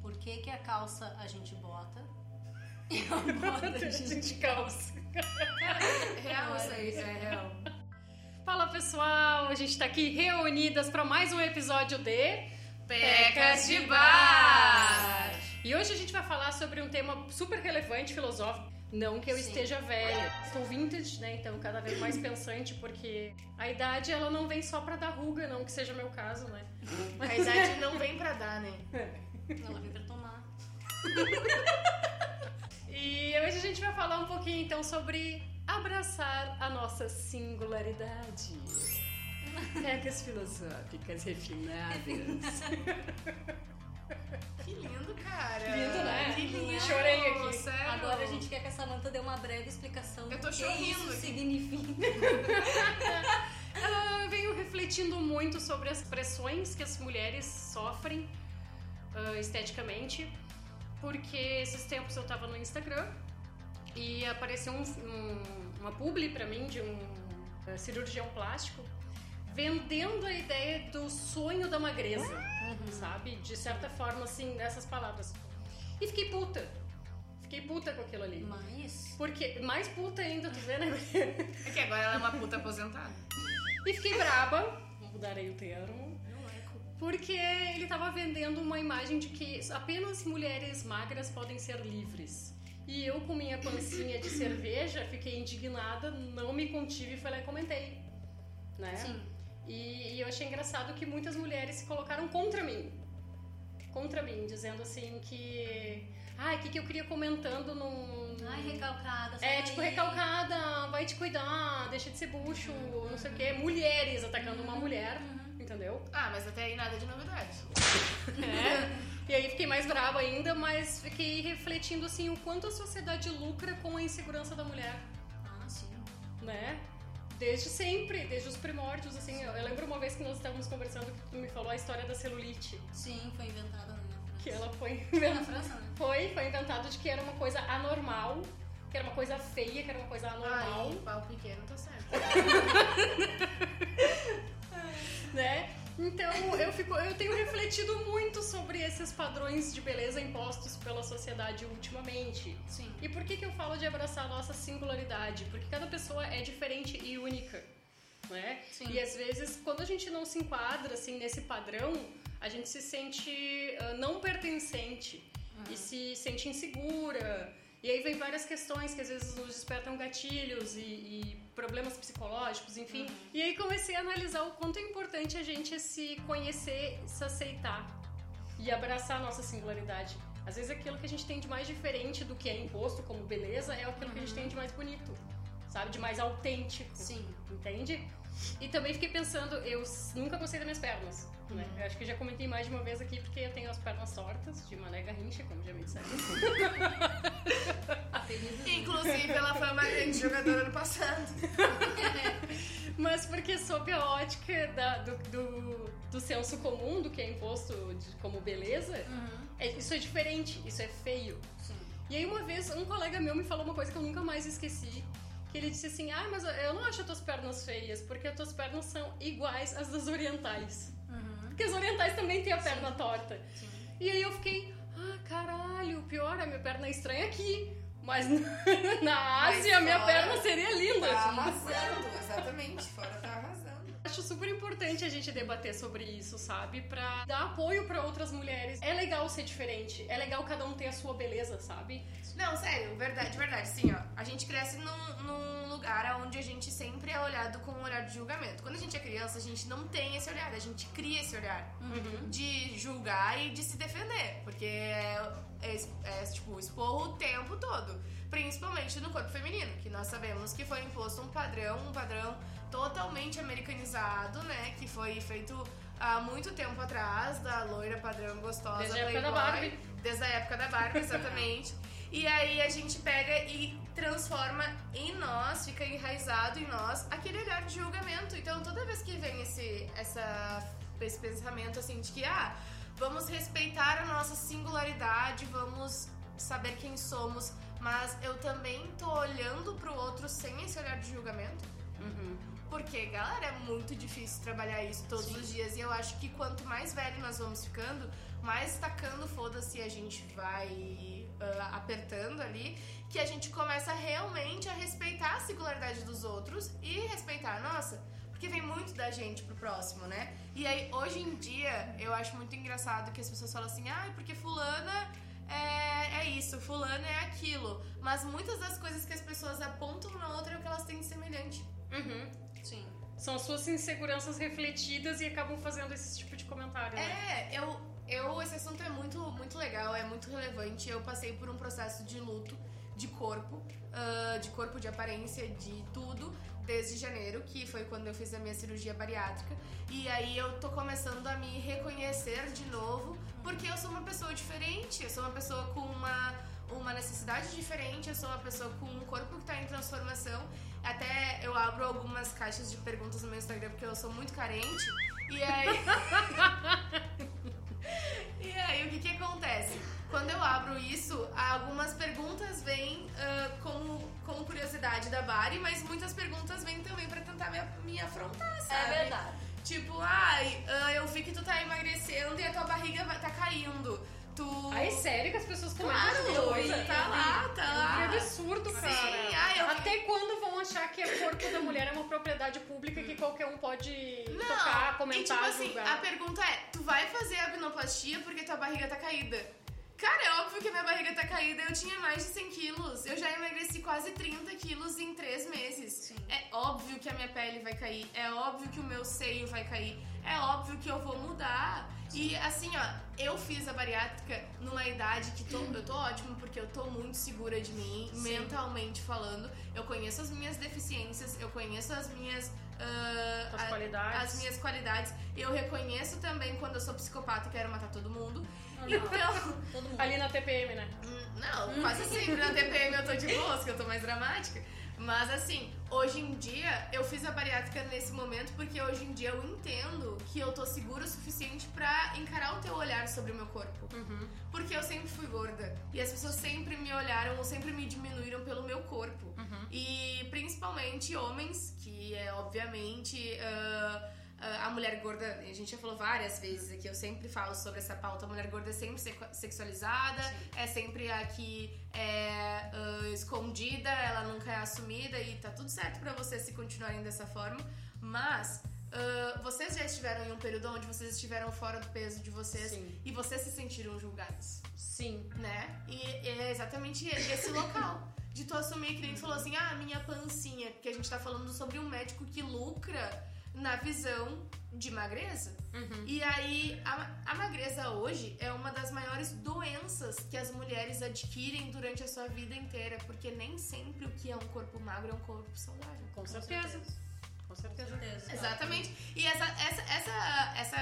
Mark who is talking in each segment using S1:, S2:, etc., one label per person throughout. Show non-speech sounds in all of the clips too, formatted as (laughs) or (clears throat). S1: por que, que a calça a gente
S2: (laughs)
S1: bota e a bota a
S3: (laughs)
S1: gente
S3: calça.
S2: Real isso aí, é real.
S3: Fala pessoal, a gente tá aqui reunidas para mais um episódio de
S2: Pecas de Bar!
S3: E hoje a gente vai falar sobre um tema super relevante, filosófico. Não que eu
S1: Sim.
S3: esteja velha. Estou vintage, né? Então cada vez mais pensante, porque a idade ela não vem só pra dar ruga, não que seja meu caso, né?
S2: A idade não vem pra dar, né?
S1: Não tá vem pra tomar.
S3: E hoje a gente vai falar um pouquinho então sobre abraçar a nossa singularidade. Pecas filosóficas refinadas.
S2: Que lindo, cara.
S3: Lindo, né?
S2: Que lindo.
S3: Chorei aqui.
S2: Sério.
S1: Agora a gente quer que a Samanta dê uma breve explicação
S2: É, Eu
S1: do
S2: tô
S1: que
S2: chorrindo
S1: isso
S2: aqui.
S1: significa.
S3: Ela veio refletindo muito sobre as pressões que as mulheres sofrem ah, esteticamente, porque esses tempos eu tava no Instagram e apareceu um- um- uma publi pra mim de um ah, cirurgião plástico vendendo a ideia do sonho da magreza, sabe? De certa forma, assim, nessas palavras. E fiquei puta. Fiquei puta com aquilo ali.
S1: Mas
S3: Porque, mais puta ainda, tu vê, né?
S2: É que agora ela é uma puta aposentada.
S3: E fiquei braba. Vou mudar aí o termo.
S2: Não é culpa.
S3: Porque ele tava vendendo uma imagem de que apenas mulheres magras podem ser livres. E eu, com minha pancinha de cerveja, fiquei indignada, não me contive e foi lá e comentei. Né?
S1: Sim.
S3: E, e eu achei engraçado que muitas mulheres se colocaram contra mim. Contra mim, dizendo assim que. Ai, o que, que eu queria comentando num.
S1: Ai, recalcada. sai
S3: É,
S1: daí.
S3: tipo, recalcada, vai te cuidar, deixa de ser bucho, não sei o quê. Mulheres atacando uma mulher, entendeu?
S2: Ah, mas até aí nada de novidade.
S3: né? E aí fiquei mais brava ainda, mas fiquei refletindo, assim, o quanto a sociedade lucra com a insegurança da mulher,
S1: Ah, sim.
S3: né? Desde sempre, desde os primórdios, assim. Eu, eu lembro uma vez que nós estávamos conversando que tu me falou a história da celulite,
S1: Sim, foi inventada na França.
S3: que ela foi (laughs)
S1: Na França, né?
S3: foi, foi inventado de que era uma coisa anormal, que era uma coisa feia, que era uma coisa anormal.
S2: Ai, pau pequeno tá certo.
S3: né? Então eu fico, eu tenho refletido muito sobre esses padrões de beleza impostos pela sociedade ultimamente.
S1: Sim.
S3: E por que que eu falo de abraçar a nossa singularidade? Porque cada pessoa é diferente e única, né?
S1: Sim.
S2: é-
S3: E às vezes quando a gente não se enquadra assim nesse padrão, a gente se sente ah, não pertencente e se sente insegura. E aí vem várias questões que às vezes nos despertam gatilhos e, e problemas psicológicos, enfim. E aí comecei a analisar o quanto é importante a gente se conhecer, se aceitar e abraçar a nossa singularidade. Às vezes aquilo que a gente tem de mais diferente do que é imposto como beleza é aquilo que a gente tem de mais bonito, sabe? De mais autêntico.
S1: Sim.
S3: Entende? E também fiquei pensando, eu s- nunca gostei das minhas pernas. Né? Eu acho que eu já comentei mais de uma vez aqui, porque eu tenho as pernas tortas, de mané garrincha, como já me disseram.
S1: (laughs) Apelido.
S2: Inclusive, ela foi uma grande jogadora no passado.
S1: né?
S3: Mas porque sob a ótica da- do, do, do senso comum, do que é imposto de- como beleza,
S1: Uhum.
S3: é- isso é diferente, isso é feio.
S1: Sim.
S3: E aí uma vez um colega meu me falou uma coisa que eu nunca mais esqueci. Que ele disse assim, ah, mas eu não acho as tuas pernas feias, porque as tuas pernas são iguais às das orientais.
S1: Uhum.
S3: Porque as orientais também têm a perna torta.
S1: Sim.
S3: E aí eu fiquei, ah, caralho, o pior, a minha perna é estranha aqui. Mas (laughs) na
S4: Mas
S3: Ásia, a minha
S4: fora-
S3: perna seria linda.
S4: Tá arrasando, exatamente. Fora tá arrasando.
S3: Acho super importante a gente debater sobre isso, sabe? Pra dar apoio pra outras mulheres. É legal ser diferente, é legal cada um ter a sua beleza, sabe?
S2: Não, sério, verdade, verdade. Sim, ó. A gente cresce num, num lugar onde a gente sempre é olhado com um olhar de julgamento. Quando a gente é criança, a gente não tem esse olhar, a gente cria esse olhar
S3: Uhum.
S2: de julgar e de se defender. Porque é, é, é tipo, expor o tempo todo. Principalmente no corpo feminino, que nós sabemos que foi imposto um padrão, um padrão totalmente americanizado, né? Que foi feito há muito tempo atrás, da loira padrão gostosa.
S3: Desde a época da
S2: playboy.
S3: Barbie.
S2: Desde a época da Barbie, exatamente. e aí a gente pega e transforma em nós, fica enraizado em nós, aquele olhar de julgamento. Então toda vez que vem esse, essa, esse pensamento assim de que, ah, vamos respeitar a nossa singularidade, vamos saber quem somos,
S3: Uhum.
S2: mas eu também tô olhando pro outro sem esse olhar de julgamento. Porque, galera, é muito difícil trabalhar isso todos os dias. E eu acho que quanto mais velho nós vamos ficando, mais tacando foda-se a gente vai ah, apertando ali, que a gente começa realmente a respeitar a singularidade dos outros e respeitar a nossa. Porque vem muito da gente pro próximo, né? E aí, hoje em dia, eu acho muito engraçado que as pessoas falam assim, ah, porque fulana é, é isso, fulana é aquilo. Mas muitas das coisas que as pessoas apontam na outra é o que elas têm de semelhante.
S3: Uhum.
S1: Sim.
S3: São as suas inseguranças refletidas e acabam fazendo esse tipo de comentário, né?
S2: É, eu, eu, esse assunto é muito, muito legal, é muito relevante. Eu passei por um processo de luto de corpo, ah, de corpo, de aparência, de tudo, desde janeiro, que foi quando eu fiz a minha cirurgia bariátrica. E aí eu tô começando a me reconhecer de novo, porque eu sou uma pessoa diferente, eu sou uma pessoa com uma, uma necessidade diferente, eu sou uma pessoa com um corpo que tá em transformação. Até eu abro algumas caixas de perguntas no meu Instagram, porque eu sou muito carente. E aí. (laughs) E aí, o que que acontece? Quando eu abro isso, algumas perguntas vêm ah, como, como curiosidade da Bari, mas muitas perguntas vêm também pra tentar me, me afrontar, sabe?
S1: É verdade.
S2: Tipo, ai, ah, eu vi que tu tá emagrecendo e a tua barriga vai- tá caindo. Tu...
S3: Ai, sério que as pessoas comentam
S2: claro,
S3: de coisa?
S2: tá lá, tá
S3: Que
S2: lá.
S3: absurdo, cara.
S2: Sim, é. ai, eu-
S3: Até quando vão achar que o corpo da mulher é uma propriedade pública que qualquer um pode tocar, comentar,
S2: e tipo assim,
S3: julgar?
S2: a pergunta é, tu vai fazer abnoplastia porque tua barriga tá caída? Cara, é óbvio que minha barriga tá caída, eu tinha mais de 100 quilos, eu já emagreci quase 30 quilos em 3 meses. É óbvio que a minha pele vai cair, é óbvio que o meu seio vai cair, é óbvio que eu vou mudar. E assim, ó, eu fiz a bariátrica numa idade que tô, eu tô ótimo porque eu tô muito segura de mim, mentalmente falando. Eu conheço as minhas deficiências, eu conheço as minhas. ah,
S3: Suas
S2: a-
S3: qualidades.
S2: as minhas qualidades. Eu reconheço também quando eu sou psicopata e quero matar todo mundo.
S1: Não, não.
S2: Então, (laughs)
S1: Todo mundo.
S3: Ali na TPM, né?
S2: hum, não, quase sempre na TPM eu tô de boas, que eu tô mais dramática. Mas assim, hoje em dia, eu fiz a bariátrica nesse momento porque hoje em dia eu entendo que eu tô segura o suficiente pra encarar o teu olhar sobre o meu corpo.
S1: Uhum.
S2: Porque eu sempre fui gorda. E as pessoas sempre me olharam ou sempre me diminuíram pelo meu corpo. E principalmente homens, que é obviamente. ah, ah, a mulher gorda, a gente já falou várias vezes aqui, eu sempre falo sobre essa pauta. A mulher gorda é sempre sequ- sexualizada, é sempre a que é ah, escondida, ela nunca é assumida e tá tudo certo pra vocês se continuarem dessa forma. Mas ah, vocês já estiveram em um período onde vocês estiveram fora do peso de vocês
S3: Sim.
S2: e vocês se sentiram julgados
S3: Sim.
S2: né? E é exatamente esse local. De tu assumir que nem tu falou assim, ah, minha pancinha, porque a gente tá falando sobre um médico que lucra na visão de magreza.
S3: Uhum.
S2: E aí, a, a magreza hoje é uma das maiores doenças que as mulheres adquirem durante a sua vida inteira, porque nem sempre o que é um corpo magro é um corpo saudável.
S3: Com certeza.
S1: certeza.
S3: Com
S1: Com
S3: certeza.
S1: certeza.
S2: Exatamente. E essa, essa, essa, essa.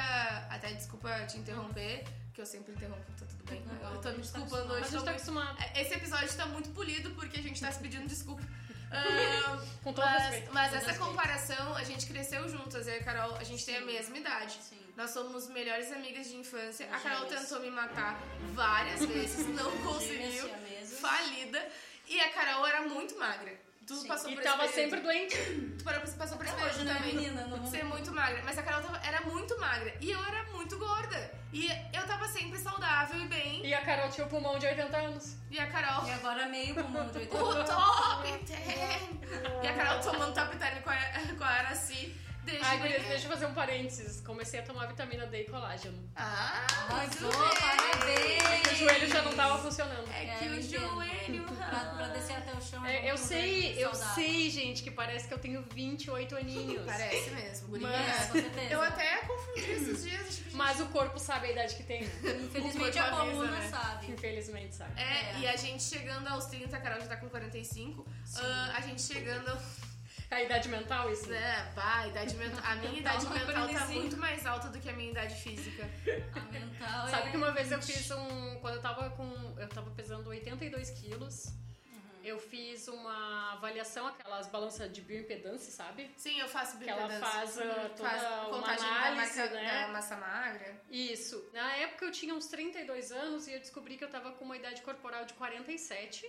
S2: Até desculpa te interromper, que eu sempre interrompo, tá tudo bem.
S1: Não,
S2: Eu tô
S1: a
S2: me
S1: gente tá
S2: desculpando hoje.
S3: Mas a gente
S2: tô
S3: tá
S2: muito-
S3: acostumado.
S2: esse episódio tá muito polido porque a gente tá se
S3: (laughs)
S2: pedindo desculpa. Ah,
S3: Com todo
S2: mas
S3: respeito.
S2: mas
S1: todo
S2: essa
S1: respeito.
S2: comparação, a gente cresceu juntas, eu e a Carol, a gente tem a
S1: Sim.
S2: mesma idade.
S1: Sim.
S2: Nós somos melhores amigas de infância. A
S1: Nós
S2: Carol
S1: gêmeas.
S2: tentou me matar
S3: (laughs)
S2: várias vezes, não
S1: é
S2: conseguiu.
S1: Gêmeas siamesas.
S2: Falida. E a Carol era muito magra. Tu
S1: Sim.
S2: passou
S3: E
S2: por esse
S3: tava
S2: período.
S3: sempre doente.
S2: Tu parou- você passou por esse
S1: Até hoje,
S2: período
S1: né,
S2: também.
S1: menina? Não-
S2: De Ser muito magra. Mas a Carol tava- era muito magra. E eu era muito gorda. E eu tava sempre saudável e bem.
S3: E a Carol tinha o pulmão de 80 anos.
S2: E a Carol.
S1: E agora meio
S2: (laughs)
S1: mundo de
S2: O
S1: 80.
S2: top ten! E a Carol tomando top ten com a, com a Araci. Desde
S3: Ai,
S2: bem-
S3: gurias, deixa eu fazer um parênteses. Comecei a tomar vitamina D e colágeno.
S2: Ah, muito
S1: Arrasou,
S2: bem.
S1: parabéns!
S3: Porque o joelho já não tava funcionando.
S2: É
S1: É,
S2: que ah.
S1: eu
S2: o
S1: entendo.
S2: joelho...
S1: Pra, pra descer até o chão.
S3: É, eu
S1: um
S3: sei,
S1: lugar
S3: eu
S1: saudável.
S3: sei, gente, que parece que eu tenho 28 (laughs) aninhos.
S2: Parece mesmo, guria.
S1: É, com certeza.
S2: Eu até confundi esses dias. tipo, acho que-
S3: Mas o corpo sabe a idade que tem. (laughs)
S1: Infelizmente
S2: o
S1: a
S2: corpo avisa,
S1: coluna
S2: né?
S1: sabe.
S3: Infelizmente, sabe.
S2: É,
S1: É.
S2: e a gente chegando aos 30, a Carol já tá com 45. ah, a gente chegando...
S3: É A idade mental, isso. Né?
S2: Né, pá, a, idade mental, a minha idade
S1: Então,
S2: mental tá
S1: 45.
S2: muito mais alta do que a minha idade física.
S1: A mental
S3: Sabe
S1: é...
S3: que uma vez eu fiz um. Quando eu tava com. Eu tava pesando 82 quilos.
S1: Uhum.
S3: Eu fiz uma avaliação, aquelas balanças de bioimpedância, sabe?
S2: Sim, eu faço
S3: Que ela
S2: bioimpedância.
S3: faz, ah, toda uma
S2: da
S3: análise,
S2: marca-
S3: né?
S2: da massa magra.
S3: Isso.
S1: (laughs)
S3: Na época eu tinha uns 32 anos e eu descobri que eu tava com uma idade corporal de 47.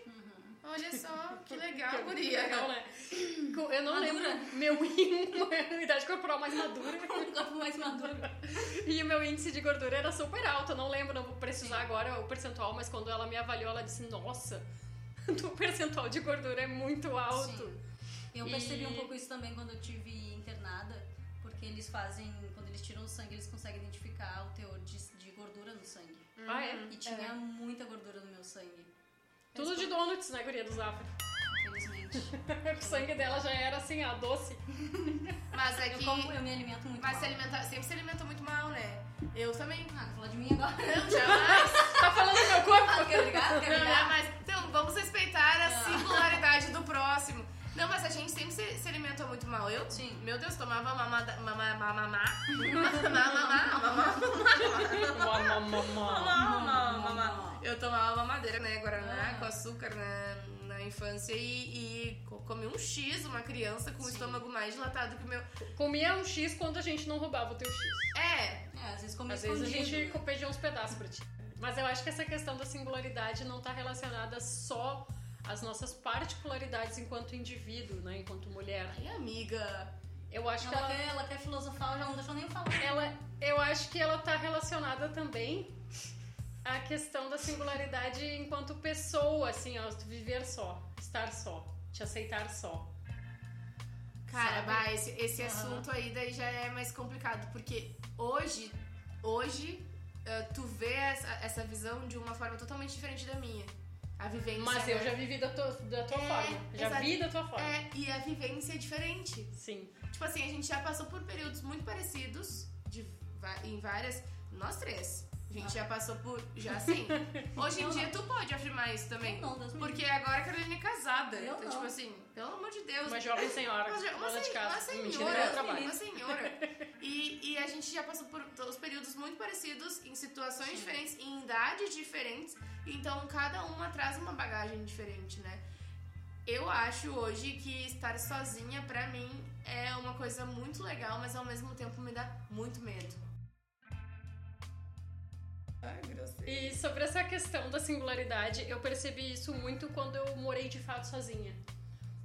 S2: Olha só, que legal,
S3: Que
S2: guria.
S3: legal, né? Eu não
S1: Madura.
S3: lembro. Meu índice (laughs) era idade corporal mais madura.
S1: (laughs) Um corpo mais maduro.
S3: E o meu índice de gordura era super alto. Eu não lembro, não vou precisar agora o percentual, mas quando ela me avaliou, ela disse: Nossa, (laughs) teu percentual de gordura é muito (laughs) alto.
S1: Sim. Eu percebi
S3: E-
S1: um pouco isso também quando eu tive internada, porque eles fazem, quando eles tiram o sangue, eles conseguem identificar o teor de, de gordura no sangue.
S3: Ah, é?
S1: E tinha muita gordura no meu sangue,
S3: Tudo de donuts, né, guria do Zafra?
S1: infelizmente.
S3: (laughs) O sangue dela já era assim, a doce. (laughs)
S2: Mas é
S1: Eu,
S2: que.
S1: como, eu me alimento muito
S2: Mas se
S1: mal.
S2: alimenta, sempre se alimentou muito mal, né? Eu também.
S1: Ah, não fala de mim agora.
S2: Não, jamais.
S3: Tá falando do meu
S1: (laughs)
S3: corpo?
S1: Ah, quer brigar? Quer
S2: Não,
S1: brigar?
S2: jamais. Então, vamos respeitar a singularidade do próximo. Não, mas a gente sempre se, se alimentou muito mal. Eu,
S1: Sim.
S2: meu Deus, tomava mamada, mamá, mamá, mamá, mamá, mamá,
S3: Mamá, mamá.
S2: mamá,
S1: Mamá,
S2: mamá.
S1: mamá.
S2: Eu tomava mamadeira, né, guaraná,
S1: Ah.
S2: com açúcar na, na infância e, e co- comi um X, uma criança com o
S1: Sim.
S2: estômago mais dilatado que o meu.
S3: Comia um X quando a gente não roubava o teu X.
S2: É,
S1: É, às vezes como
S3: Às vezes a
S1: escondido.
S3: gente
S1: né?
S3: co- pedia uns pedaços pra ti. Mas eu acho que essa questão da singularidade não tá relacionada só às nossas particularidades enquanto indivíduo, né? Enquanto mulher.
S2: ai amiga.
S3: Eu acho que
S1: Ela,
S3: ela,
S1: quer, ela quer filosofar, já não deixou nem eu falar.
S3: ela- eu acho que ela tá relacionada também à questão da singularidade enquanto pessoa, assim, ó, tu viver só, estar só, te aceitar só.
S2: Cara,
S3: Sabe?
S2: bah, esse, esse
S1: Aham.
S2: assunto aí daí já é mais complicado, porque hoje, hoje, eh, tu vê essa, essa visão de uma forma totalmente diferente da minha. A vivência.
S3: Mas eu
S2: né?
S3: já vivi da tua, da tua
S2: É,
S3: forma. Já
S2: exato.
S3: vi da tua forma.
S2: É, e a vivência é diferente.
S3: Sim.
S2: Tipo assim, a gente já passou por períodos muito parecidos de va- em várias. Nós três. A gente já passou por.
S1: (laughs)
S2: Já sim. Hoje em
S1: Eu
S2: dia tu pode afirmar isso também.
S1: Então Eu não, Deus me
S2: Porque agora a Carolina é casada.
S1: Eu
S2: então,
S1: não.
S2: tipo assim, pelo amor de Deus.
S3: Uma jovem senhora,
S2: Uma, jo- uma,
S3: dona de
S2: sen-
S3: casa.
S2: uma
S3: Mentira,
S2: senhora,
S3: é o
S2: assim, né?
S1: Deus
S3: trabalho.
S2: uma senhora. E, e a gente já passou por todos períodos muito parecidos, em situações
S1: Sim.
S2: diferentes, em idades diferentes. Então, cada uma traz uma bagagem diferente, né? Eu acho hoje que estar sozinha, pra mim, é uma coisa muito legal, mas ao mesmo tempo me dá muito medo.
S4: Ai, grosseiro.
S3: E sobre essa questão da singularidade, eu percebi isso muito quando eu morei de fato sozinha.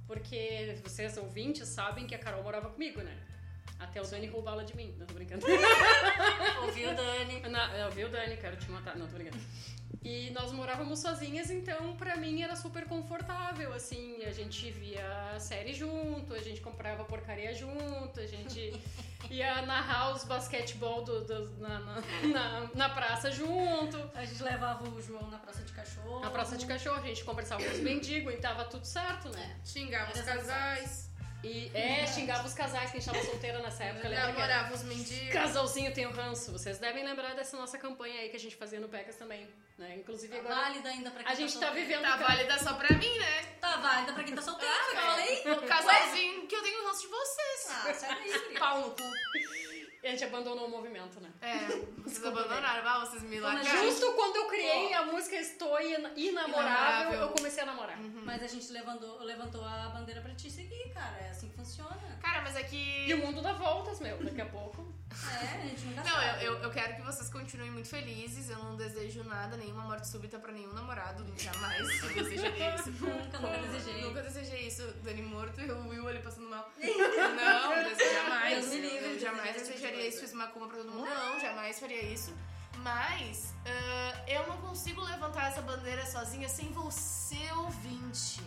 S3: Porque vocês ouvintes sabem que a Carol morava comigo, né? Até o Dani roubou ela de mim. Não tô brincando.
S1: Ouviu, Dani?
S3: Na, eu vi o Dani, quero te matar. Não, tô brincando. E nós morávamos sozinhas, então pra mim era super confortável, assim. A gente via série junto, a gente comprava porcaria junto, a gente ia narrar os basquetebol do, do- na, na, na- na praça junto.
S1: A gente levava o João na praça de cachorro.
S3: Na praça de cachorro, a gente conversava com os mendigos e tava tudo certo, né?
S2: Xingava os
S1: Era
S2: casais,
S3: E é, xingava os casais, que a gente tava solteira nessa época, lembra que era?
S2: namorava os mendigos.
S3: Casalzinho tem o ranço. Vocês devem lembrar dessa nossa campanha aí que a gente fazia no Pecas também, né? Inclusive
S1: Tá
S3: agora...
S1: válida ainda pra quem
S3: A gente tá
S1: solteiro.
S3: vivendo. Ah,
S2: Tá válida só pra mim, né?
S1: Tá válida pra quem tá solteiro, foi o
S3: é.
S1: que eu falei.
S2: O casalzinho que eu tenho um ranço de vocês.
S1: Ah, sai daí.
S2: Pau no cu.
S3: A gente abandonou o movimento, né?
S2: É, vocês abandonaram, ah, vocês me
S1: Como a
S2: largaram.
S3: Justo quando eu criei a música Estou Ina- Inamorável, Uhum.
S2: Inamorável.
S3: eu comecei a namorar.
S1: Mas a gente levantou, levantou a bandeira pra te seguir, cara. É assim que funciona.
S2: Cara, mas é
S3: E o
S2: que.
S3: mundo dá voltas, meu, daqui a pouco.
S1: É, a gente nunca
S2: Não,
S1: sabe.
S2: eu, eu, eu quero que vocês continuem muito felizes. Eu não desejo nada, nenhuma morte súbita pra nenhum namorado.
S1: (laughs)
S2: Jamais eu desejei isso.
S1: Nunca, nunca desejei.
S2: Nunca desejei isso. Dani morto e o Will ali
S1: (laughs)
S2: passando mal. Não, desse- jamais.
S1: Deus me livre
S2: Eu
S1: de
S2: jamais
S1: desejar esse tipo de
S2: desejaria isso.
S1: coisa.
S2: Fiz macumba pra todo mundo. Não, jamais faria isso. Mas ah, eu não consigo levantar essa bandeira sozinha sem você,
S1: (laughs)
S2: ouvinte.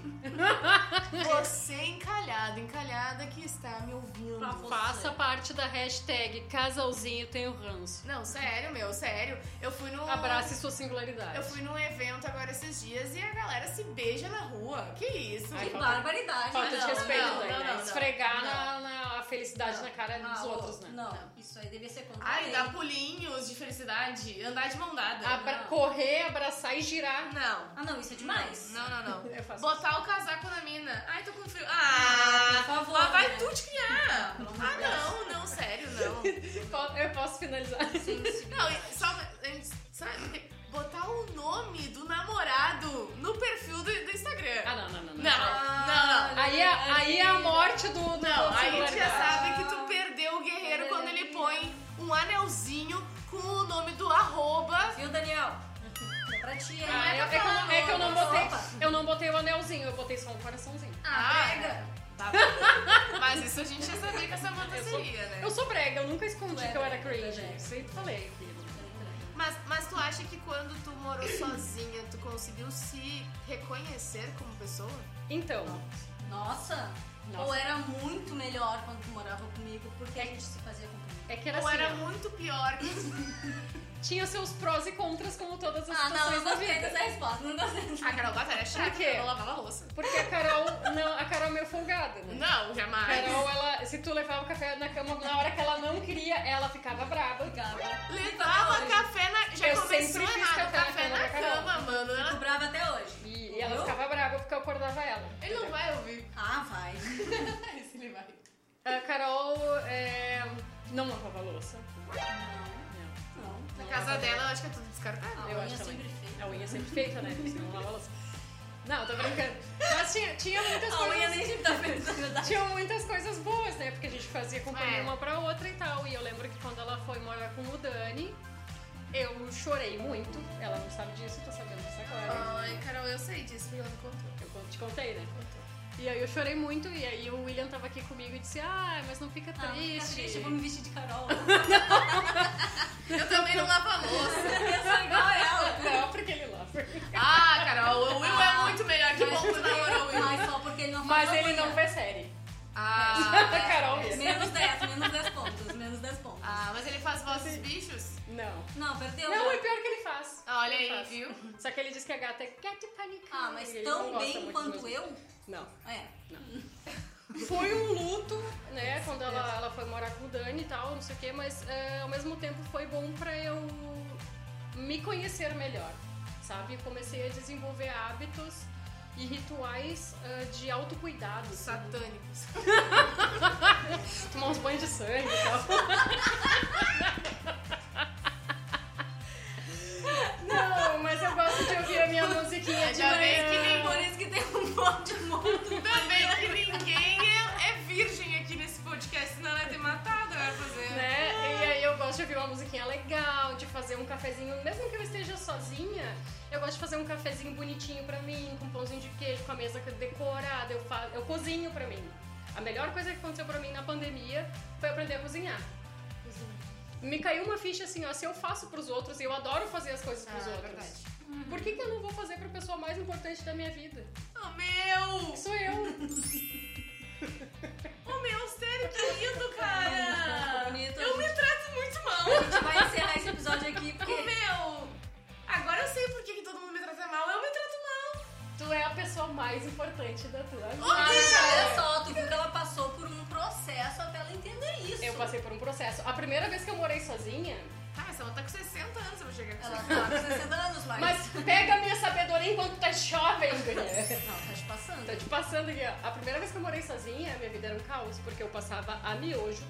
S2: Você encalhado, encalhada que está me ouvindo.
S1: Pra você.
S3: Faça parte da hashtag Casalzinho tem o ranço.
S2: Não, sério, meu, sério. Eu fui no.
S3: Abrace sua singularidade.
S2: Eu fui num evento agora esses dias e a galera se beija na rua. Que isso?
S3: Ai,
S1: Que
S3: falta-
S1: barbaridade.
S3: Falta de
S1: não,
S3: respeito,
S1: não,
S3: né?
S2: não, não, não.
S3: Esfregar na- na, a felicidade
S1: não.
S3: na cara dos
S1: Ah, ô,
S3: outros, né?
S1: Não, isso aí devia ser contra
S2: Ai,
S1: ele.
S2: dar pulinhos de felicidade, andar de mão dada.
S3: Abra-
S1: não.
S3: Correr, abraçar e girar.
S2: Não.
S1: Ah, não, isso é demais.
S2: Não, não, não.
S3: Eu faço
S2: Botar o casaco na mina. Ai, tô com frio.
S1: Ah,
S2: Ah,
S1: por favor,
S2: Lá vai
S1: né?
S2: tu te criar.
S1: Pelo amor
S2: Ah,
S1: de
S2: não, não, sério, não.
S3: isso. Eu posso finalizar.
S1: Sim, sim.
S2: Não, e só antes, sabe? Botar o nome do namorado no perfil do, do Instagram.
S3: Ah, não, não, não.
S2: não,
S3: não.
S2: não, não.
S3: Aí, é- aí é a morte do. do-
S2: Não,
S3: da
S2: aí tu já
S3: singularidade.
S2: sabe que tu perdeu o guerreiro quando ele põe um anelzinho com o nome do arroba
S1: Viu, Daniel? Dá pra pra ti.
S3: Ah,
S1: é,
S3: eu-
S1: pra
S3: é que eu
S1: falar
S3: não- é que eu não
S1: mal,
S3: botei.
S1: opa.
S3: Eu não botei o anelzinho, eu botei só um coraçãozinho.
S1: Ah,
S2: Ah,
S1: brega.
S2: Tá Mas isso a gente já sabia que essa banda
S3: Eu sou-
S2: seria, né?
S3: Eu sou brega, eu nunca
S1: Tu
S3: escondi
S1: é
S3: que eu era
S1: brega, tu é
S3: cringe.
S1: brega.
S3: Sempre falei aquilo.
S2: Mas, mas tu acha que quando tu morou sozinha, tu conseguiu se reconhecer como pessoa?
S3: Então,
S1: Nossa.
S3: Nossa.
S1: Ou era muito melhor quando tu morava comigo, porque a gente se fazia companhia.
S3: é que era
S2: Ou
S3: assim.
S2: era
S3: ó,
S2: muito pior que
S3: (laughs) Tinha seus prós e contras, como todas as
S1: Ah, não,
S3: situações
S1: eu
S3: da
S1: gostei
S3: vida.
S1: dessa resposta. Não gostei.
S2: A Carol Batalha é chata,
S3: Por quê?
S2: porque ela lavava a louça.
S3: Porque a Carol. Não, a Carol é meio folgada, né?
S2: Não,
S3: A
S2: jamais.
S3: Carol, ela, se tu levava o café na cama na hora que ela não queria, ela ficava brava.
S1: Gaba.
S2: Levava café na. Já
S3: Eu
S2: começou
S3: sempre fiz
S2: errado.
S3: café na
S2: café
S3: cama
S2: na
S3: da Carol.
S2: cama, mano.
S1: Tô
S2: Ela-
S1: brava até hoje.
S3: E, e ela
S1: Viu?
S3: ficava brava porque eu acordava ela.
S2: Ele não vai ouvir.
S1: Ah, vai.
S2: Esse ele vai.
S3: A Carol é, não lavava a louça.
S1: Não, não.
S2: Na
S1: não.
S2: casa dela, eu acho que é tudo descartável.
S1: A
S3: Eu
S1: unha
S3: acho também.
S1: sempre feita.
S3: A unha sempre feita, né? Você não lava a louça. Não, tô brincando. Mas tinha, tinha muitas
S1: A unha
S3: coisas.
S1: nem sempre (laughs) tá feita, na verdade.
S3: Tinha muitas coisas boas, né? Porque a gente fazia companhia
S2: É.
S3: uma pra outra e tal. E eu lembro que quando ela foi morar com o Dani, eu chorei muito. Ela não sabe disso, tá sabendo disso agora.
S2: Ai, Carol, eu sei disso, porque ela me contou.
S3: Eu te contei, né? E aí eu chorei muito, e aí o William tava aqui comigo e disse, ah, mas não fica
S1: Ah,
S3: triste.
S1: fica triste, eu vou me vestir de Carol.
S2: Eu também não lavo a louça.
S1: Eu sou igual
S3: (laughs)
S1: a ela.
S3: Não, porque ele lava.
S2: Ah, Carol, o Will é muito melhor que o
S1: Mas-
S2: Bobo namorou o Will.
S1: Mas só porque ele não faz
S3: Mas ele
S1: unha.
S3: não vê série.
S2: Ah,
S3: (laughs) a
S1: é.
S3: Carol vê.
S1: Menos 10, menos 10 pontos, menos 10 pontos.
S2: ah, mas ele faz vozes bichos?
S3: Não.
S1: Não, perdeu.
S3: Não,
S1: já.
S3: é pior que ele faz.
S2: Ah, Olha
S3: Ele
S2: aí,
S3: faz.
S2: viu?
S3: Só que ele diz que a gata é cat panicada.
S1: Ah, mas tão bem quanto eu?
S3: Não.
S1: É.
S3: Foi um luto, né? Quando ela, ela foi morar com o Dani e tal, não sei o quê, mas eh, ao mesmo tempo foi bom pra eu me conhecer melhor, sabe? Comecei a desenvolver hábitos e rituais eh, de autocuidado. sabe?
S2: Satânicos.
S3: Tomar uns banhos de sangue e
S1: (laughs)
S3: tal. Não, mas eu gosto de ouvir a minha
S1: É
S3: musiquinha de
S2: Ainda bem
S3: manhã.
S2: que nem
S1: Por isso que tem um monte de monte.
S2: Ainda bem que ninguém é, é virgem aqui nesse podcast, senão ela ia ter matado, ela ia fazer.
S3: né? E aí eu gosto de ouvir uma musiquinha legal, de fazer um cafezinho, mesmo que eu esteja sozinha, eu gosto de fazer um cafezinho bonitinho pra mim, com um pãozinho de queijo, com a mesa decorada, eu, fa- eu cozinho pra mim. A melhor coisa que aconteceu pra mim na pandemia foi aprender a cozinhar. Me caiu uma ficha assim, ó, se eu faço pros outros, e eu adoro fazer as coisas pros
S2: Ah, é
S3: outros.
S2: verdade.
S3: Por que, que eu não vou fazer pra pessoa mais importante da minha vida?
S2: O Oh, meu!
S3: Sou eu.
S2: O meu ser querido, cara!
S1: Bonito.
S2: Eu me trato muito mal.
S1: A gente vai encerrar esse episódio aqui
S2: O
S1: porque
S2: meu! Agora eu sei por que, que todo mundo me trata mal. Eu me trato
S3: (laughs) Tu é a pessoa mais importante da tua vida.
S1: Ah, olha só, tu viu que ela passou por um processo até ela entender isso.
S3: Eu passei por um processo. A primeira vez que eu morei sozinha,
S2: mal. Ah, essa mulher tá com 60 anos, eu vou chegar com
S1: Ela
S2: 60.
S1: tá com 60 anos, mas...
S3: um mas pega a minha sabedoria enquanto tá jovem, guria.
S1: Não, tá te passando.
S3: Tô te passando aqui, ó. A primeira vez que eu morei sozinha, minha vida era um caos, porque eu passava a miojo,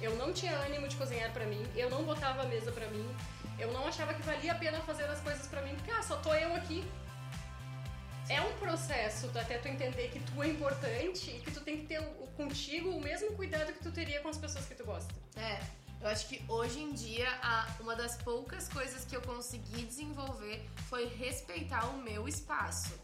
S3: eu não tinha ânimo de cozinhar pra mim, eu não botava a mesa pra mim, eu não achava que valia a pena fazer as coisas pra mim, porque, ah, só tô eu aqui. É um processo tu- até tu entender que tu é importante e que tu tem que ter o- contigo o mesmo cuidado que tu teria com as pessoas que tu gosta.
S2: É, eu acho que hoje em dia a- uma das poucas coisas que eu consegui desenvolver foi respeitar o meu espaço.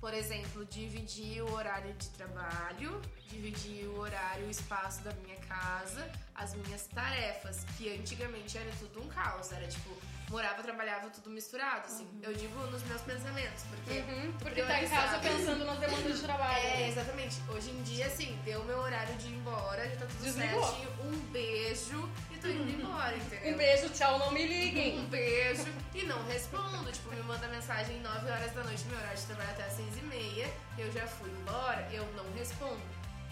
S2: Por exemplo, dividir o horário de trabalho, dividir o horário, o espaço da minha casa, as minhas tarefas, que antigamente era tudo um caos, era tipo, morava, trabalhava, tudo misturado, assim. Eu digo nos meus pensamentos, porque
S3: Porque tá em casa pensando nas demandas de trabalho.
S2: é, exatamente. Hoje em dia, assim, deu meu horário de ir embora, já tá tudo
S3: Desligou.
S2: certinho. Um beijo e tô indo embora, entendeu?
S3: Um beijo, tchau, não me liguem.
S2: Um beijo e não respondo. Tipo, me manda mensagem 9 horas da noite, meu horário de trabalho é até às 6 e meia. Eu já fui embora, eu não respondo.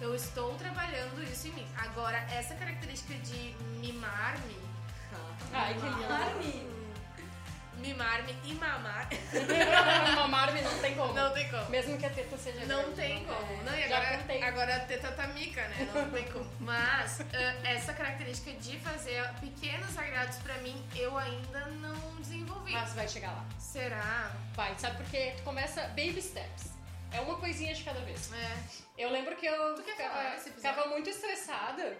S2: Eu estou trabalhando isso em mim. Agora, essa característica de mimar-me,
S3: Ai, que lindo.
S1: Armin.
S2: mimar-me e mamar, (laughs)
S3: Mamar-me não tem como.
S2: não tem como.
S3: Mesmo que a teta seja
S2: Não
S3: grande, né?
S2: tem como. Não, e
S3: Já
S2: agora,
S3: contei.
S2: agora a teta tá mica, né? Não tem como. (laughs) Mas ah, essa característica de fazer pequenos agrados pra mim, eu ainda não desenvolvi.
S3: Mas vai chegar lá.
S2: Será?
S3: Vai, sabe por quê? Tu começa baby steps. É uma coisinha de cada vez.
S2: É.
S3: Eu lembro que eu
S2: Tu quer
S3: ficava,
S2: falar esse episódio?
S3: ficava muito estressada.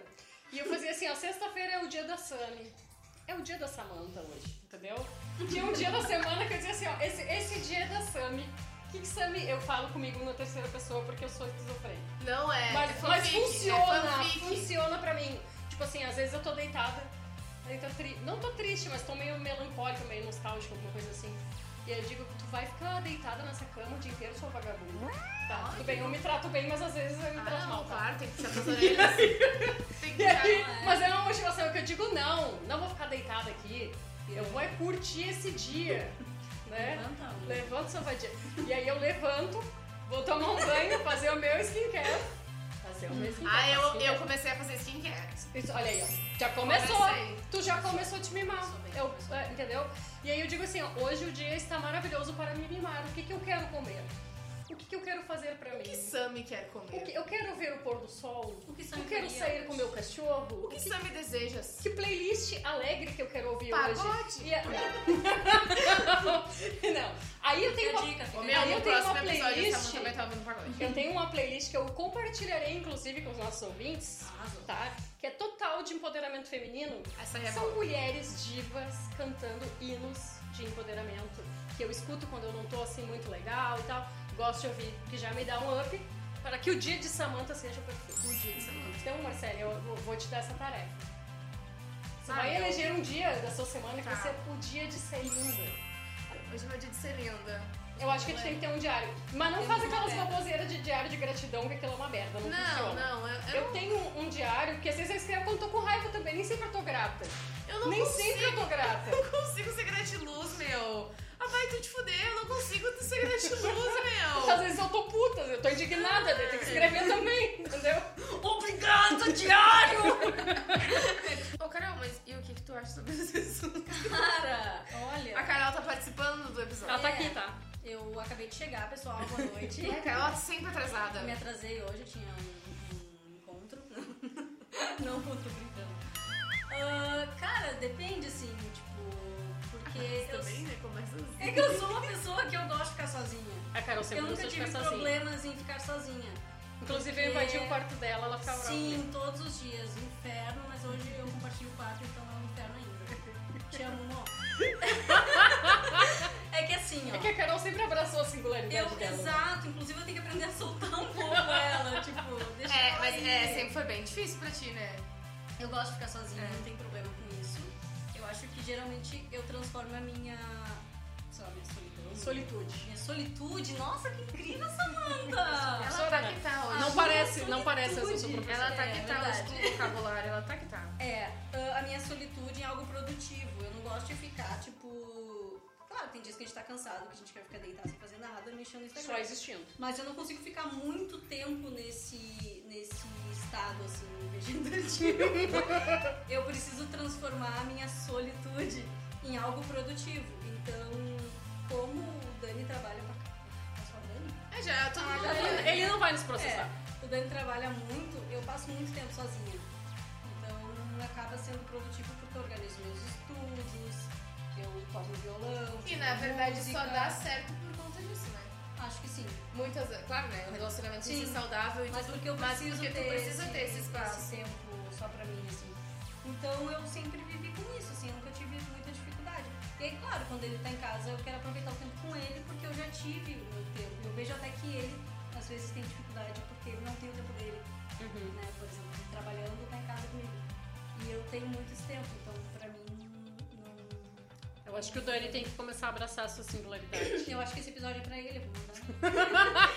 S3: E eu fazia assim, ó, sexta-feira é o dia da Sunny. é o dia da Samanta hoje, entendeu? Tinha um dia da semana que eu dizia assim, ó, esse, esse dia é da Sami. O que, que Sami? Eu falo comigo na terceira pessoa porque eu sou esquizofrênica.
S2: Não é.
S3: Mas,
S2: é
S3: mas
S2: fanfic,
S3: funciona,
S2: É fanfic.
S3: funciona pra mim. Tipo assim, às vezes eu tô deitada, aí tô tri... não tô triste, mas tô meio melancólica, meio nostálgica, alguma coisa assim. E aí eu digo, tu vai ficar deitada nessa cama o dia inteiro, sua vagabunda. Tá, tudo bem, eu me trato bem, mas às vezes eu me
S2: Ah,
S3: trato mal,
S2: não,
S3: tá?
S2: claro, tem que (laughs) ser das orelhas. Tem que
S3: E aí,
S2: ser.
S3: mas é uma motivação que eu digo, não, não vou ficar deitada aqui, eu vou é curtir esse dia, né?
S1: Levanta um.
S3: Levanta sua vadia. E aí eu levanto, vou tomar um banho, fazer o meu skincare. Fazer o meu skincare.
S2: Ah, eu,
S3: skincare.
S2: eu comecei a fazer skincare.
S3: Isso, olha aí, ó. Já começou.
S2: Comecei.
S3: Tu já começou a te mimar.
S1: Começou bem,
S3: Eu-
S1: começou
S3: é, entendeu? E aí eu digo assim, ó, hoje o dia está maravilhoso para me mimar. O que, que eu quero comer? O que, que eu quero fazer para mim?
S2: O que Sammy quer
S3: O
S2: comer?
S3: que- eu quero ver o pôr do sol.
S1: O que são
S3: Eu quero
S1: ingredientes?
S3: sair com meu cachorro.
S2: O que Sammy deseja?
S3: que playlist alegre que eu quero ouvir hoje?
S2: Pagode?
S3: E a- (laughs) Não. Aí eu tenho
S1: Fica a
S3: uma...
S1: dica, fica
S2: Ô,
S1: a
S2: meu,
S3: Aí
S1: dica.
S3: eu tenho
S2: no próximo
S3: uma
S2: episódio,
S3: playlist.
S2: essa também tá ouvindo pagode.
S3: Eu tenho uma playlist que eu compartilharei, inclusive, com os nossos ouvintes,
S1: Arrasou.
S3: tá? Que é total de empoderamento feminino.
S2: Essa é
S3: São mulheres divas cantando hinos de empoderamento que eu escuto quando eu não tô assim muito legal e tal. Gosto de ouvir, que já me dá um up para que o dia de Samantha seja perfeito.
S2: o dia de Samanta.
S3: Então, Marcela, eu eu vou te dar essa tarefa. Você
S2: Ah,
S3: vai
S2: eu-
S3: eleger um dia da sua semana que
S2: Tá.
S3: vai ser o dia de ser linda.
S2: Hoje é meu dia de ser linda.
S3: Eu
S2: é
S3: acho que a gente tem que ter um diário. Mas não
S1: Tem
S3: faz
S1: que ter
S3: aquelas
S1: uma meta.
S3: baboseiras de diário de gratidão, que aquilo é uma merda. Não,
S2: Não,
S3: funciona.
S2: não, eu, eu,
S3: Eu tenho um, um diário que às vezes eu escrevo quando tô com raiva também, nem sempre eu tô grata.
S2: eu não
S3: nem
S2: consigo. (laughs)
S3: sempre eu tô grata.
S2: Eu não consigo ser gratiluz, meu. Ah, vai tu te fuder, eu não consigo ser gratiluz, (laughs)
S3: Às
S2: meu.
S3: vezes eu tô puta, eu tô indignada, daí tem que escrever também, entendeu?
S1: Obrigada, diário!
S2: Ô, Carol, mas e o que, que tu acha sobre esse assunto?
S1: Cara,
S2: A
S1: olha.
S2: Carol tá participando do episódio.
S3: Ela tá
S1: É.
S3: aqui, tá?
S1: Eu acabei de chegar, pessoal. Boa noite.
S3: (laughs)
S2: A Carol tá sempre atrasada.
S1: Me atrasei hoje, eu tinha um, um encontro. (laughs) Não, encontro brincando. Ah, cara, depende, assim, tipo. Porque
S3: Ah,
S1: eu.
S2: também, né? Começa assim.
S1: É que eu sou uma pessoa que eu gosto de ficar sozinha.
S3: A Carol
S1: eu
S3: sempre
S1: nunca
S3: gostou de
S1: tive
S3: ficar sozinha.
S1: problemas em ficar sozinha.
S3: assim. Inclusive eu invadi
S1: É.
S3: o quarto dela, ela ficava brava comigo.
S1: Sim, todos os dias. Inferno, mas hoje eu compartilho o quarto, então é um inferno ainda. Te amo, amor. (laughs) é que assim, ó.
S3: É que é né? a Carol sempre abraçou a singularidade
S1: Eu,
S3: dela.
S1: exato, inclusive eu tenho que aprender a soltar um pouco ela, tipo, deixa
S2: É,
S1: ela
S2: mas
S1: aí.
S2: é, sempre foi bem difícil pra ti, né?
S1: Eu gosto de ficar sozinha,
S2: É.
S1: não tem problema com isso. Eu acho que geralmente eu transformo a minha. sei lá, minha solidão.
S3: Solitude.
S1: Minha solitude, nossa, que incrível, Samanta!
S2: Ela tá que tá hoje.
S3: Não
S1: Ah,
S3: parece,
S1: solitude.
S3: não parece, eu sou professora.
S2: Ela tá
S1: É,
S2: que tá
S1: verdade.
S2: hoje com o vocabulário, ela tá que tá.
S1: É, a minha solitude em algo produtivo. Eu não gosto de ficar, tipo. Claro, tem dias que a gente tá cansado, que a gente quer ficar deitado sem fazer nada, mexendo no Instagram.
S3: Só existindo.
S1: Mas eu não consigo ficar muito tempo nesse, nesse estado, assim, (laughs) vegetativo. eu preciso transformar a minha solitude em algo produtivo. Então, como o Dani trabalha pra é só o Dani?
S2: É, já, todo mundo.
S3: Ele, ele não vai nos processar.
S1: É, o Dani trabalha muito, eu passo muito tempo sozinha. Então, acaba sendo produtivo porque eu organizo meus estudos, eu toco violão,
S2: E
S1: toco
S2: na verdade
S1: música.
S2: só dá certo por conta disso, né?
S1: Acho que sim.
S2: Muitas, claro, né? O relacionamento tem que ser
S1: Sim.
S2: saudável e
S1: Mas
S2: tudo.
S1: porque eu
S2: Mas
S1: preciso
S2: porque tu
S1: ter,
S2: precisa
S1: esse,
S2: ter esse espaço.
S1: esse tempo só pra mim, assim. Então eu sempre vivi com isso, assim, eu nunca tive muita dificuldade. E aí, claro, quando ele tá em casa, eu quero aproveitar o tempo com ele, porque eu já tive o meu tempo. Eu vejo até que ele, às vezes, tem dificuldade porque ele não tem o tempo dele,
S3: Uhum.
S1: né? Por exemplo, ele trabalhando, tá em casa comigo. E eu tenho muito esse tempo, então pra mim, não...
S3: Eu acho que o Dani tem que começar a abraçar a sua singularidade. (laughs)
S1: Eu acho que esse episódio é pra ele, eu vou
S2: (laughs)
S1: mandar.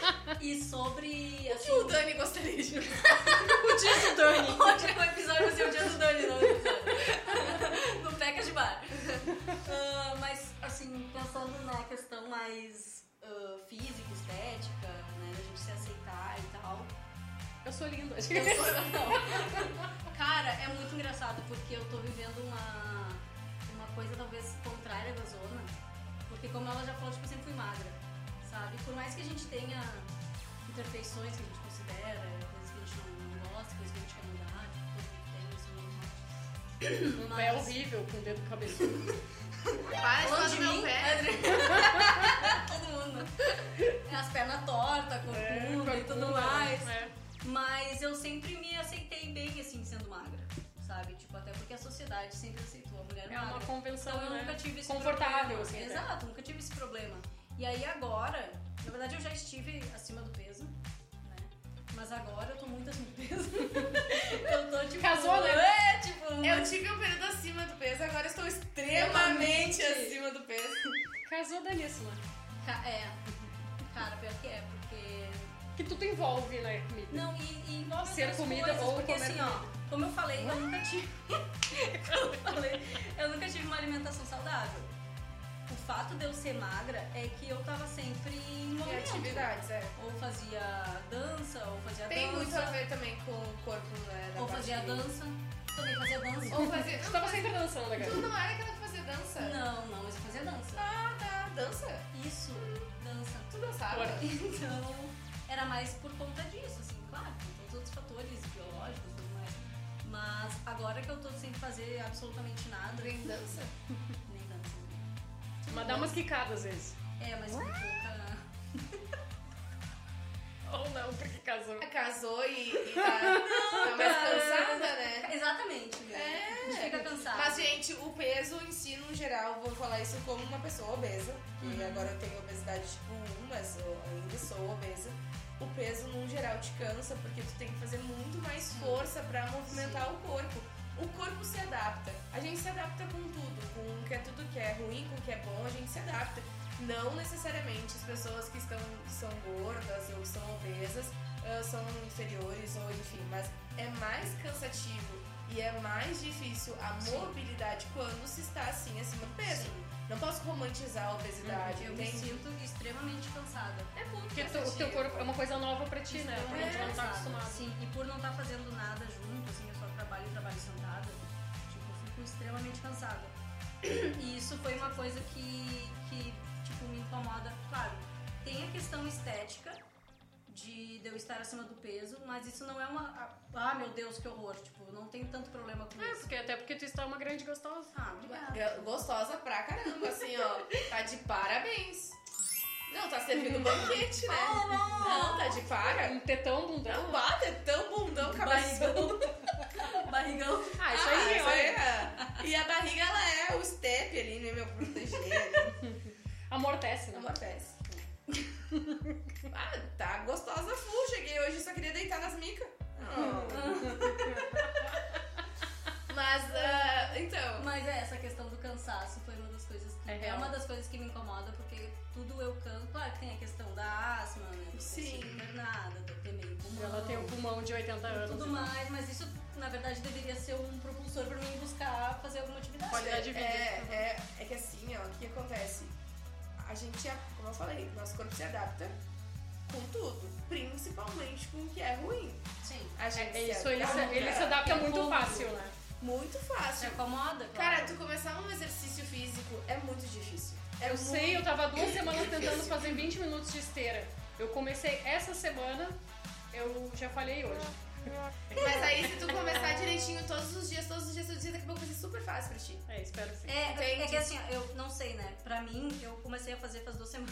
S1: e sobre, assim,
S2: O Dani gostaria de.
S3: O dia do Dani.
S1: (laughs) Hoje o episódio vai ser o dia do Dani, não é episódio. (laughs) No Pecas de Bar. Ah, mas, assim, pensando na questão mais ah, física, estética, né? Da gente se aceitar e tal.
S3: Eu sou linda.
S1: Eu sou-
S2: (laughs)
S1: não. Cara, é muito engraçado porque eu tô vivendo uma, uma coisa talvez contrária da zona. Porque como ela já falou, tipo, eu sempre fui magra, sabe? Por mais que a gente tenha imperfeições que a gente considera, coisas que a gente não gosta, coisas que a gente quer mudar, tipo, tudo que tem, isso não
S3: Um
S2: (coughs)
S3: pé horrível com o dedo cabeçudo.
S2: Para de falar
S1: Longe
S2: do
S1: de
S2: meu
S1: mim, é, né?
S2: pé. (laughs)
S1: todo mundo. É, As pernas
S2: É,
S1: tortas, corcunda
S2: né?
S1: e tudo mais.
S3: É.
S1: Mas eu sempre me aceitei bem, assim, sendo magra, sabe? Tipo, até porque a sociedade sempre aceitou a mulher
S3: É uma
S1: magra.
S3: convenção,
S1: Então eu
S3: né?
S1: nunca tive esse
S3: Confortável,
S1: problema.
S3: assim, até.
S1: Exato, nunca tive esse problema. E aí agora, na verdade eu já estive acima do peso, né? Mas agora eu tô muito acima do peso. (laughs) eu tô tipo.
S3: Casou, né?
S1: É, tipo.
S2: Eu tive um período acima do peso, agora estou extremamente acima do peso.
S3: Casou belíssima.
S1: Ca- É. Cara, pior que é, porque.
S3: Que tudo envolve, né, comida.
S1: Não, e, e envolve
S3: Ser
S1: outras
S3: comida
S1: coisas,
S3: ou
S1: porque
S3: comer
S1: assim, ó, como eu falei, eu nunca tive. (laughs) como eu falei, eu nunca tive uma alimentação saudável. O fato de eu ser magra é que eu tava sempre em
S2: E
S1: movimento.
S2: atividades, é.
S1: Ou fazia dança, ou fazia
S2: Tem muito a
S1: dança.
S2: ver também com o corpo, né? da
S1: Ou fazia
S2: parte-
S1: dança. Também fazia dança.
S2: Ou fazer.
S3: Tu
S2: Não,
S3: tava sempre dançando, né,
S2: tu
S3: cara.
S2: não era aquela que fazia dança?
S1: Não, não, mas eu fazia dança.
S2: Ah, tá. Dança?
S1: Isso, dança.
S2: Tu dançava?
S3: Ora.
S1: (laughs) Então, era mais por conta disso, assim, claro, tem todos os outros fatores biológicos e tudo mais. Mas agora que eu tô sem fazer absolutamente nada. (laughs)
S2: Nem dança?
S1: Nem dança.
S3: Mas dá umas quicadas às vezes.
S1: É, mas com pouca.
S3: Ou não, porque casou.
S2: Casou e, e tá, tá mais cansada, né?
S1: Exatamente, né?
S2: É.
S1: A gente fica cansado.
S2: Mas, gente, o peso em si, no geral, vou falar isso como uma pessoa obesa. E agora eu tenho obesidade tipo 1, mas eu ainda sou obesa. O peso, no geral, te cansa, porque tu tem que fazer muito mais força pra movimentar o corpo. O corpo se adapta. A gente se adapta com tudo. Com o que é tudo que é ruim, com o que é bom, a gente se adapta. Não necessariamente as pessoas que estão, que são gordas ou que são obesas ah, são inferiores ou enfim, mas é mais cansativo e é mais difícil a
S1: Sim.
S2: mobilidade quando se está assim acima do peso. Não posso romantizar a obesidade,
S1: Uhum. Eu me
S2: entende?
S1: sinto extremamente cansada.
S2: É muito
S3: Porque tu- o teu corpo é uma coisa nova pra ti, né? Porque a gente não tá
S1: Extremamente cansada.
S3: acostumado.
S1: é, Sim, e por não estar fazendo nada junto, assim, eu só trabalho e trabalho sentada, tipo, eu fico extremamente cansada. (clears throat) E isso foi uma coisa que, que tipo, me incomoda. Claro, tem a questão estética de, de eu estar acima do peso, mas isso não é uma. Ah, meu Deus, que horror! Tipo, eu não tenho tanto problema com
S3: É,
S1: isso.
S3: porque até porque tu está uma grande gostosa.
S1: Ah, obrigada.
S2: Ga- Gostosa pra caramba,
S1: (laughs)
S2: assim, ó. Tá de parabéns. Não, tá servindo um banquete, né?
S1: Ah,
S2: Não, tá de para.
S3: Um tetão,
S2: Não
S3: bundão.
S2: bata, é tão bundão cabeção.
S1: (laughs) Barrigão.
S3: Ah, isso
S2: Ah,
S3: aí,
S2: isso
S3: olha.
S2: é. E a barriga, ela é o step ali, né, meu? Proteger, né?
S3: Amortece, né?
S2: Amortece. (laughs) Ah, tá gostosa full. Cheguei hoje só queria deitar nas
S3: (laughs)
S2: micas. Mas, ah, então.
S1: Mas é, essa questão do cansaço foi uma das coisas que.
S3: É
S1: É,
S3: real.
S1: uma das coisas que me incomoda, porque tudo eu canto. Claro que tem a questão da asma, né? Não
S2: Sim.
S1: consigo comer nada, tô temendo pulmão.
S3: Ela tem um né? pulmão de 80 anos.
S1: Tudo mais, mas isso na verdade deveria ser um propulsor pra mim buscar fazer alguma atividade.
S2: Olha,
S3: Qualidade de vida.
S2: é, é, é que assim, ó, o que acontece? A gente, a- como eu falei, nosso corpo se adapta com tudo, principalmente com o que é ruim.
S1: Sim.
S2: A gente
S3: É isso,
S2: se
S3: ele se,
S2: adapta
S3: ele se adapta
S1: Tem
S3: muito
S1: público.
S3: fácil, né?
S2: muito
S1: Se
S2: fácil.
S1: acomoda? claro.
S2: Cara, tu começar um exercício físico é muito difícil. É
S3: Eu
S2: muito
S3: sei, eu tava duas semanas tentando fazer 20 minutos de esteira. Eu comecei essa semana, eu já falhei hoje.
S2: Mas aí, se tu começar direitinho todos os dias, todos os dias, todos os dias, daqui a pouco vai ser super fácil pra ti.
S3: É, espero que sim.
S1: É, é
S2: Entende?
S1: que assim, ó, eu não sei, né? Pra mim, eu comecei a fazer faz duas (laughs) semanas.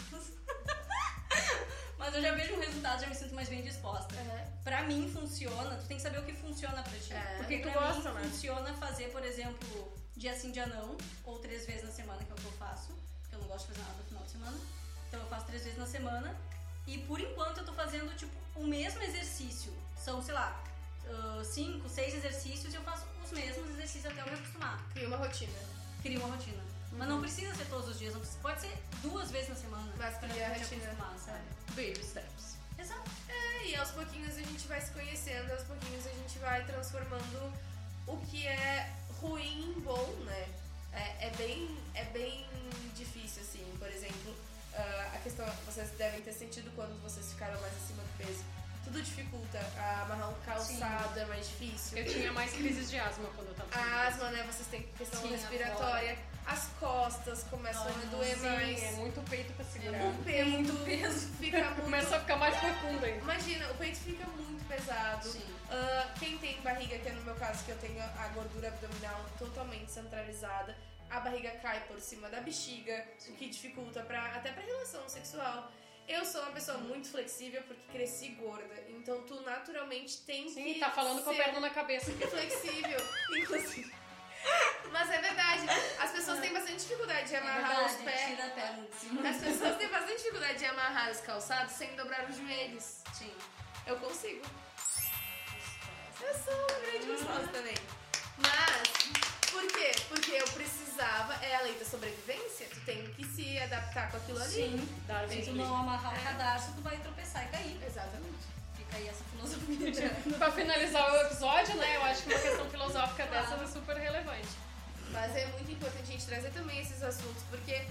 S1: Mas eu já vejo um resultado, já me sinto mais bem disposta. Pra mim funciona, tu tem que saber o que funciona pra ti.
S2: É.
S1: Porque
S3: O que tu
S1: pra
S3: gosta,
S1: mim
S3: né?
S1: funciona fazer, por exemplo, dia sim, dia não, ou três vezes na semana, que é o que eu faço. Porque eu não gosto de fazer nada no final de semana. Então eu faço três vezes na semana. E por enquanto eu tô fazendo, tipo, o mesmo exercício. São, sei lá, ah, cinco, seis exercícios e eu faço os mesmos exercícios até eu me acostumar
S2: Cria uma rotina.
S1: cria uma rotina. Mas
S2: Uhum.
S1: não precisa ser todos os dias, não precisa- pode ser duas vezes na semana.
S2: Mas
S1: pra
S2: cria a
S1: te
S2: rotina.
S1: acostumar, sabe?
S3: Baby steps.
S1: Exato.
S2: É, E aos pouquinhos a gente vai se conhecendo, aos pouquinhos a gente vai transformando o que é ruim em bom, né? É, é bem, é bem difícil, assim. Por exemplo, ah, a questão vocês devem ter sentido quando vocês ficaram mais acima do peso. Tudo dificulta. Ah, amarrar um calçado é mais difícil.
S3: Eu tinha mais crises de asma quando eu tava
S2: A asma, né? Vocês têm questão
S1: Sim,
S2: respiratória. As costas começam a
S1: Nossa,
S2: doer
S3: Sim,
S2: mais.
S3: é muito peito pra segurar.
S2: O peito
S1: peso.
S3: (laughs)
S2: fica muito.
S3: Começa a ficar mais fecundo ainda.
S2: Imagina, o peito fica muito pesado.
S1: Sim.
S2: Ah, quem tem barriga, que é no meu caso, que eu tenho a gordura abdominal totalmente centralizada, a barriga cai por cima da bexiga, o que dificulta pra, até pra relação sexual. Eu sou uma pessoa muito flexível porque cresci gorda. Então tu naturalmente tem
S3: Sim,
S2: que.
S3: tá falando com a
S2: ser
S3: perna na cabeça. (laughs)
S2: flexível, inclusive.
S5: Mas é verdade.
S2: As
S3: Ah.
S2: pessoas têm bastante dificuldade de
S1: É
S2: amarrar
S1: verdade,
S2: os pés.
S1: tira a perna de cima.
S2: As pessoas têm bastante dificuldade de amarrar os calçados sem dobrar os joelhos.
S1: Sim.
S2: Eu consigo. Eu sou uma grande gostosa também. Mas, por quê? Porque eu precisava. É a lei da sobrevivência. Tu tem que se adaptar com aquilo ali.
S1: Sim.
S3: Darwin
S1: Se tu
S3: Nunes.
S1: não amarrar o cadastro, tu vai tropeçar e cair.
S2: Exatamente.
S1: Fica aí essa filosofia.
S3: Pra finalizar o episódio, né? Eu acho que uma questão filosófica dessa é super relevante.
S2: Mas é muito importante a gente trazer também esses assuntos, porque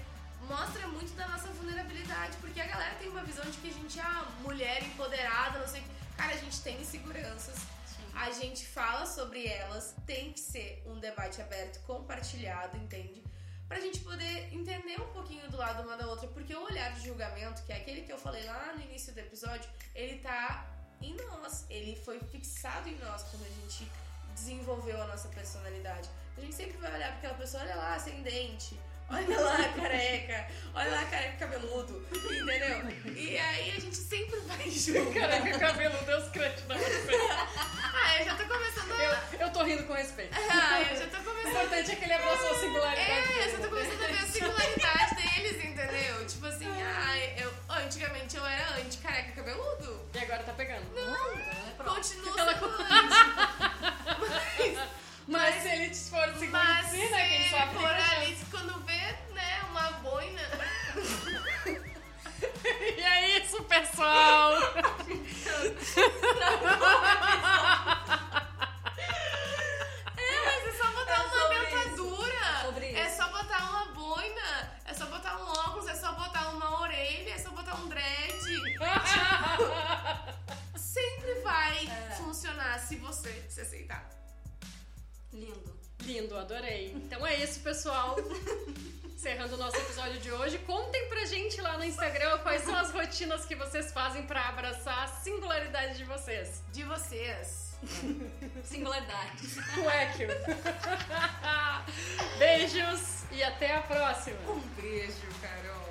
S2: mostra muito da nossa vulnerabilidade, porque a galera tem uma visão de que a gente é a mulher empoderada, não sei o que. Cara, a gente tem inseguranças,
S1: Sim.
S2: a gente fala sobre elas, tem que ser um debate aberto, compartilhado, entende? Pra gente poder entender um pouquinho do lado uma da outra, porque o olhar de julgamento, que é aquele que eu falei lá no início do episódio, ele tá em nós, ele foi fixado em nós quando a gente desenvolveu a nossa personalidade. A gente sempre vai olhar pra aquela pessoa, olha lá, sem dente, olha lá, careca, olha lá, careca cabeludo, entendeu? E aí a gente sempre vai (laughs) julgar.
S3: Caraca, cabelo, Deus crente, não respeito.
S2: Ah, eu já tô começando a
S3: Eu, eu tô rindo com respeito.
S2: Ah, eu já tô
S3: O
S2: começando.
S1: (laughs)
S3: importante é que ele abraçou a singularidade.
S2: É, eu já tô começando a ver
S1: (laughs)
S2: a singularidade deles, entendeu? Tipo assim,
S1: É.
S2: ah, eu, antigamente eu era anti-careca cabeludo.
S3: E agora tá pegando.
S1: Então é pro-
S2: Continuo sendo anti.
S3: Mas se ele for se
S2: Mas se
S3: conhecer, né? Quem
S2: ele
S3: sabe
S2: for ali, quando vê, né, uma boina.
S3: E é isso, pessoal!
S2: É, mas é só botar
S1: É
S2: uma
S1: sobre isso.
S2: dentadura.
S1: É sobre isso.
S2: É só botar uma boina. É só botar um óculos. É só botar uma orelha. É só botar
S1: (laughs)
S2: um dread. Sempre vai
S1: É.
S2: funcionar se você se aceitar.
S1: (laughs) Lindo.
S3: Lindo, adorei. Então é isso, pessoal. Encerrando o nosso episódio de hoje. Contem pra gente lá no Instagram quais são as rotinas que vocês fazem pra abraçar a singularidade de vocês.
S2: De vocês.
S1: Singularidade.
S3: Cueque. (laughs) Beijos e até a próxima.
S2: Um beijo, Carol.